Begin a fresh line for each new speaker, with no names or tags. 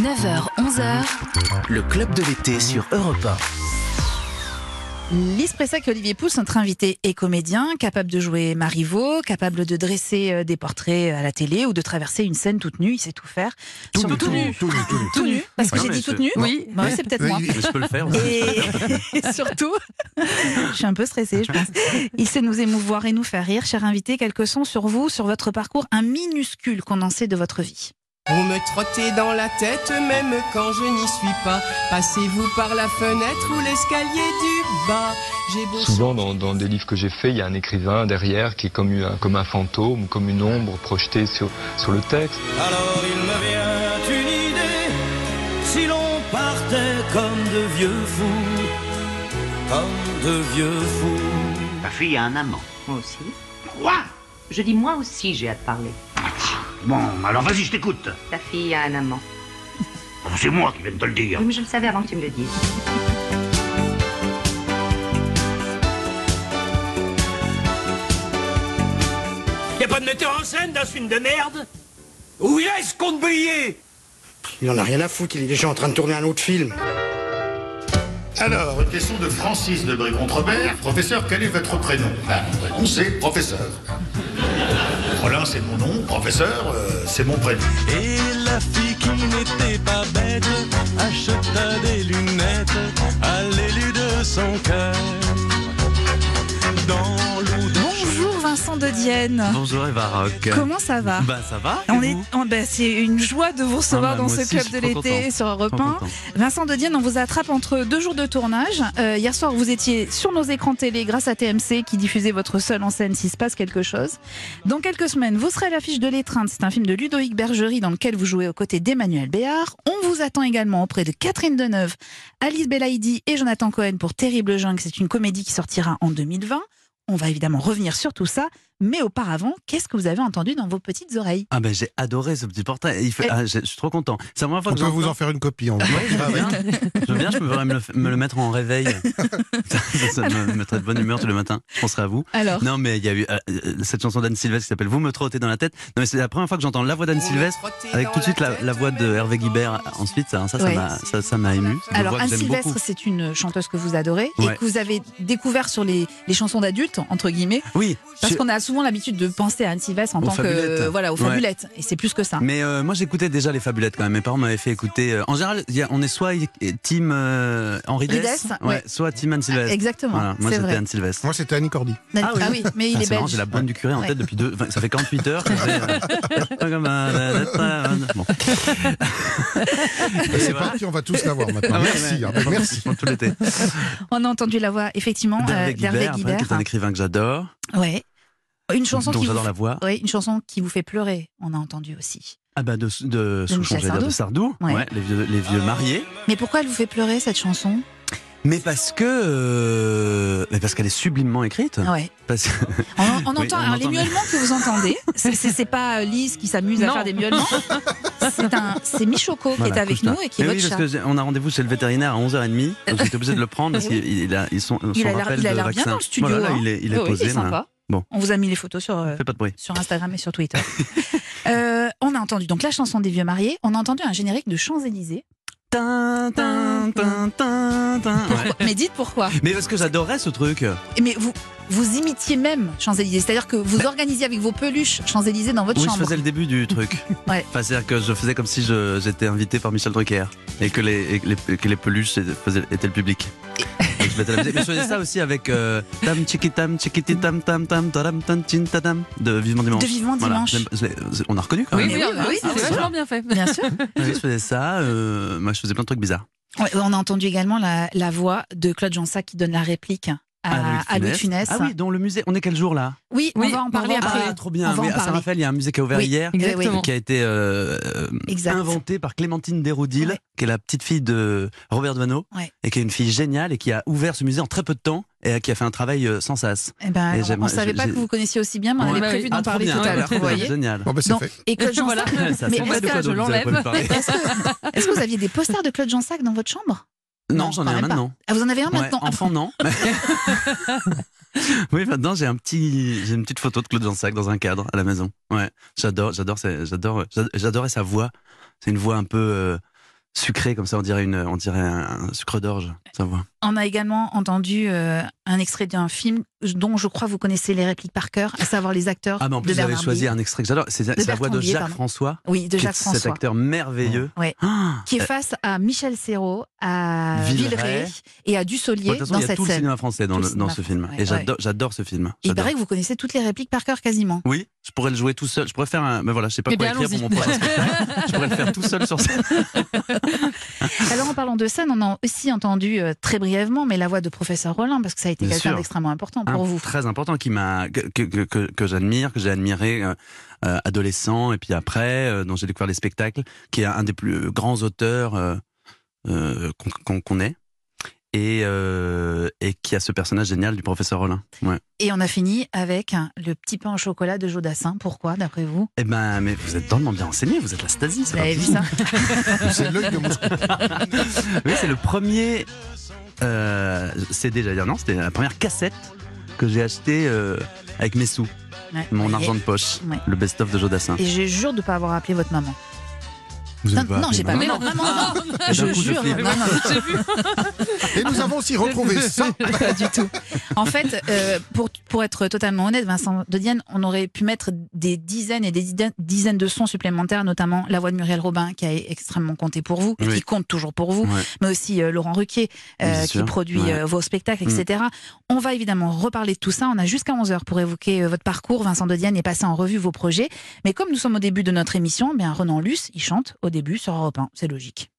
9h, 11h,
Le club de l'été sur Europe
Lise Pressac et Olivier Pousse, notre invité est comédien, capable de jouer Marivaux, capable de dresser euh, des portraits à la télé ou de traverser une scène toute nue, il sait tout faire. Sur-
nu, tout nu, tout nu, tout nu.
Tout nu, parce que
Non,
j'ai
mais
dit
c'est-
toute nue
non.
Oui. Bah ouais, c'est peut-être moi.
Mais je peux le faire. vous savez.
Et, et surtout, je suis un peu stressée, je pense. Il sait nous émouvoir et nous faire rire. Cher invité, quelques sons sur vous, sur votre parcours, un minuscule condensé de votre vie.
On me trottait dans la tête même quand je n'y suis pas. Passez-vous par la fenêtre ou l'escalier du bas. J'ai beau
Souvent, dans, dans des livres que j'ai faits, il y a un écrivain derrière qui est comme un, comme un fantôme, comme une ombre projetée sur, sur le texte.
Alors il me vient une idée, si l'on partait comme de vieux fous, comme de vieux fous.
Ma fille a un amant.
Moi aussi.
Quoi
Je dis moi aussi, j'ai hâte de parler.
Bon, alors vas-y, je t'écoute.
Ta fille a un amant.
Oh, C'est moi qui viens de te le dire.
Oui, mais je le savais avant que tu me le dises.
Y a pas de metteur en scène dans ce film de merde Où il est ce compte briller
Il en a rien à foutre, il est déjà en train de tourner un autre film.
Alors, une question de Francis de Contrebert. Professeur, quel est votre prénom Ah, Mon prénom, c'est professeur. Roland, c'est mon nom. Professeur, euh, c'est mon prénom.
Et la fille qui n'était pas bête acheta des lunettes à l'élu de son cœur. Dans l'eau de
Bonjour Vincent de Dienne.
Bonjour Eva Rock.
Comment ça va
Bah ça va. et
On est,
vous
on- ben, c'est une joie de vous recevoir
Ah bah,
dans
moi
ce
aussi,
club
je
de
suis trop
l'été
content.
sur Europe
Trop
1.
content.
Vincent de Dienne, on vous attrape entre deux jours de tournage. Euh, hier soir, vous étiez sur nos écrans télé grâce à TMC qui diffusait votre seule en scène s'il se passe quelque chose. Dans quelques semaines, vous serez à l'affiche de L'étreinte. C'est un film de Ludovic Bergerie dans lequel vous jouez aux côtés d'Emmanuel Béard. On vous attend également auprès de Catherine Deneuve, Alice Belaïdi et Jonathan Cohen pour Terrible Jungle. C'est une comédie qui sortira en 2020. On va évidemment revenir sur tout ça. Mais auparavant, qu'est-ce que vous avez entendu dans vos petites oreilles
Ah ben j'ai adoré ce petit portrait. Il fait-
Eh.
ah, je je suis trop content. C'est la première fois
On
que
peut
j'entends- Ah,
vous en faire une copie. On...
Ouais, je veux bien.
Ah,
Je veux bien, je peux me, le f- me le mettre en réveil. ça ça me mettrait de bonne humeur tous les matins. Je penserai à vous.
Alors
Non, mais il y a eu euh, euh, cette chanson d'Anne Sylvestre qui s'appelle Vous me trottez dans la tête. Non, mais c'est la première fois que j'entends la voix d'Anne
Oh.
Sylvestre avec tout de suite la, la voix de Hervé Guibert. Ensuite, ça, ça, ça
Ouais.
m'a, ça, ça m'a ému. Une
Alors
voix que
Anne
j'aime
Sylvestre,
beaucoup.
c'est une chanteuse que vous adorez et
Ouais.
que vous avez découvert sur les, les chansons d'adultes entre guillemets,
Oui.
parce
je-
qu'on a souvent l'habitude de penser à Anne Sylvestre en
Aux
tant que
fabulettes.
voilà aux
Ouais.
fabulettes et c'est plus que ça.
Mais euh, moi, j'écoutais déjà les Fabulettes quand même. Mes parents m'avaient fait écouter. euh, en général, il y a- on est soit i- team euh, Henri Dess,
Dess,
ouais,
ouais.
soit team Anne Sylvestre.
Exactement,
Voilà, moi,
c'est
j'étais
vrai.
Anne Sylvestre.
Moi, c'était Annie Cordy.
Ah oui, mais il
Ah,
est
c'est marrant,
belge.
j'ai la bonne du curé en
Ouais.
tête depuis deux. enfin, ça fait 48 heures. que j'ai, euh, comme un- Bon. Et
C'est
voilà.
parti, on va tous l'avoir
Ah
maintenant.
ouais,
Merci,
ouais.
hein, merci.
Ils font tout l'été.
On a entendu la voix effectivement euh,
D'Hervé Guibert,
d'Hervé
après, qui est un écrivain que j'adore,
Guibert. Ouais. Une chanson
dont
qui vous...
j'adore la voix.
ouais, une chanson qui vous fait pleurer. On a entendu aussi.
Ah bah de, de Souchon,
Michel
j'allais dire, de Sardou,
Ouais.
ouais, les, vieux, les vieux mariés.
Mais pourquoi elle vous fait pleurer cette chanson
Mais parce que, euh, mais parce qu'elle est sublimement écriite.
Ouais.
Parce-
On, on entend
on
alors, les
entend, mais-
miaulements que vous entendez. c'est- C'est c'est pas euh, Lise qui s'amuse à
Non.
faire des miaulements. C'est un- c'est Michoko
Voilà,
qui est avec
couche-toi.
nous et qui est
Mais
votre
eh oui,
chat.
parce que j'ai- on a rendez-vous chez le vétérinaire à 11h30, donc j'étais obligé de le prendre parce
Oui.
qu'il il a, ils sont, son
Il a l'air
rappel
il a
de
l'air bien
vaccin.
dans le studio.
Voilà, là,
hein.
il est, il est
Oui, oui,
posé. là.
sympa.
Bon.
On vous a mis les photos sur, euh,
Fais pas de bruit.
sur Instagram et sur Twitter. Euh, on a entendu donc la chanson des vieux mariés. On a entendu un générique de Champs-Élysées.
Tin, tin, tin, tin, tin. Ouais.
Pourquoi- Mais dites pourquoi.
Mais parce que j'adorais ce truc.
Mais vous, vous imitiez même Champs-Élysées. C'est-à-dire que vous organisiez avec vos peluches Champs-Élysées dans votre
Oui, je
chambre.
faisais le début du truc.
Ouais.
Enfin, c'est-à-dire que je faisais comme si je- j'étais invité par Michel Drucker et que les, et que les, que les peluches étaient faisaient- étaient le public. Et je mettais la musique. Mais je faisais ça aussi avec euh, Tam Chiki Tam Chiki Ti Tam Tam Tam Taram Tam Tin Tadam de Vivement Dimanche.
De Vivement
Voilà.
Dimanche.
Je l'ai- je l'ai- on a reconnu quand
Oui,
même.
mais oui, oui,
c'est
c'est
vachement bien fait.
Bien sûr.
Oui, je faisais ça. euh, moi, je faisais plein de trucs bizarres.
Ouais, on a entendu également la, la voix de Claude Jansac qui donne la réplique à, à Louis de Funès.
Ah oui, dans le musée. On est quel jour là
Oui,
Oui,
on va en
on
parler
va en
après.
Ah, trop bien.
On va
Oui,
en
à
parler.
Saint-Raphaël, il y a un musée qui a ouvert
Oui,
hier.
exactement.
Qui a été euh, euh,
Exact.
inventée par Clémentine Déroudil,
Ouais.
qui est la petite fille de Robert Doisneau,
Ouais.
et qui est une fille géniale et qui a ouvert ce musée en très peu de temps et qui a fait un travail euh, sans sas.
Eh ben,
Et
on- on ne
j'aimerais-
savait pas
j'ai-
que vous connaissiez aussi bien, mais on
Ouais.
avait
Bah oui.
prévu
Ah,
d'en
trop
parler
bien.
tout à l'heure.
Trop
Vous
bien,
voyez
Génial.
Bon, bah, c'est
Donc,
fait.
Et Claude
Voilà.
Jansac,
ben, Ça,
Mais
c'est
est-ce
pas de quoi
que je
dont vous avez
l'enlève
pas parlé.
Est-ce que vous aviez des posters de Claude Jansac dans votre chambre Non,
Non, j'en ai
quand
un
même pas.
maintenant.
Ah, vous en avez un
Ouais,
maintenant
enfant, non. oui, maintenant j'ai un petit, j'ai une petite photo de Claude Jansac dans un cadre à la maison. Ouais, j'adore, j'adore, c'est- j'adore, j'adorais sa voix. C'est une voix un peu, euh, sucré, comme ça, on dirait, une, on dirait un, un sucre d'orge, ça voit.
On a également entendu euh, un extrait d'un film dont je crois vous connaissez les répliques par cœur, à savoir les acteurs.
Ah, mais en plus,
Oh, de
vous avez
Bernard
choisi
Blier.
un extrait que j'adore. C'est
De
c'est la voix
Bertrand
de
Blier,
Jacques
pardon.
François.
Oui, de
qui est
Jacques
Cet
François.
acteur merveilleux.
Ouais.
Ah,
qui est
euh,
face à Michel Serrault, à
Villeray.
Villeray et à
bon,
Dussolier
de toute façon,
dans
il y a
cette
tout le
scène.
cinéma français dans,
Tout
le-
le
dans
cinéma
ce film.
français,
Et j'adore j'adore ce film.
Il
J'adore.
paraît que vous connaissez toutes les répliques par cœur quasiment.
Oui, je pourrais le jouer tout seul. Je pourrais faire un. Mais voilà, je sais pas
Eh
quoi
bien,
écrire pour mon
allons-y.
prochain spectacle. Je pourrais le faire tout seul sur scène.
Alors en parlant de scène, on a aussi entendu euh, très brièvement, mais la voix de professeur Rollin, parce que ça a été
Bien
quelqu'un
sûr. Ah.
d'extrêmement important pour
Un
vous.
Très important qui m'a que que que, que j'admire, que j'ai admiré euh, euh, adolescent et puis après euh, dont j'ai découvert les spectacles, qui est un des plus grands auteurs euh, euh, qu'on- qu'on qu'on ait et euh, et qui a ce personnage génial du professeur Rollin. Ouais.
Et on a fini avec hein, le petit pain au chocolat de Jodassin. Pourquoi, d'après vous
Eh ben, mais vous êtes tellement bien renseigné, vous êtes la Stasi, c'est
Vous
pas
avez vu
possible.
ça
C'est l'œil de Moscou. oui, c'est le premier euh, CD, j'allais dire, non, c'était la première cassette que j'ai achetée euh, avec mes sous,
Ouais.
mon
Et-
argent de poche,
Ouais.
le best-of de Jodassin.
Et je jure de ne pas avoir appelé votre maman.
Vous
Non,
avez
non,
appelé
j'ai pas.
ma
Mais
maman
non, vraiment, non.
Et
Je
d'un coup, je
jure.
flippe.
non, non.
Et nous avons aussi retrouvé ça.
Pas du tout. En fait, euh, pour, pour être totalement honnête, Vincent de Dienne, on aurait pu mettre des dizaines et des dizaines- dizaines de sons supplémentaires, notamment la voix de Muriel Robin, qui a extrêmement compté pour vous, et
Oui.
qui compte toujours pour vous,
Ouais.
mais aussi euh, Laurent Ruquier, euh,
Bien
qui
sûr,
produit
ouais. Mm.
euh, vos spectacles, etc. On va évidemment reparler de tout ça. On a jusqu'à 11h pour évoquer euh, votre parcours, Vincent de Dienne, et passer en revue vos projets. Mais comme nous sommes au début de notre émission, eh bien, Renan Luce, il chante au début sur Europe 1. C'est logique.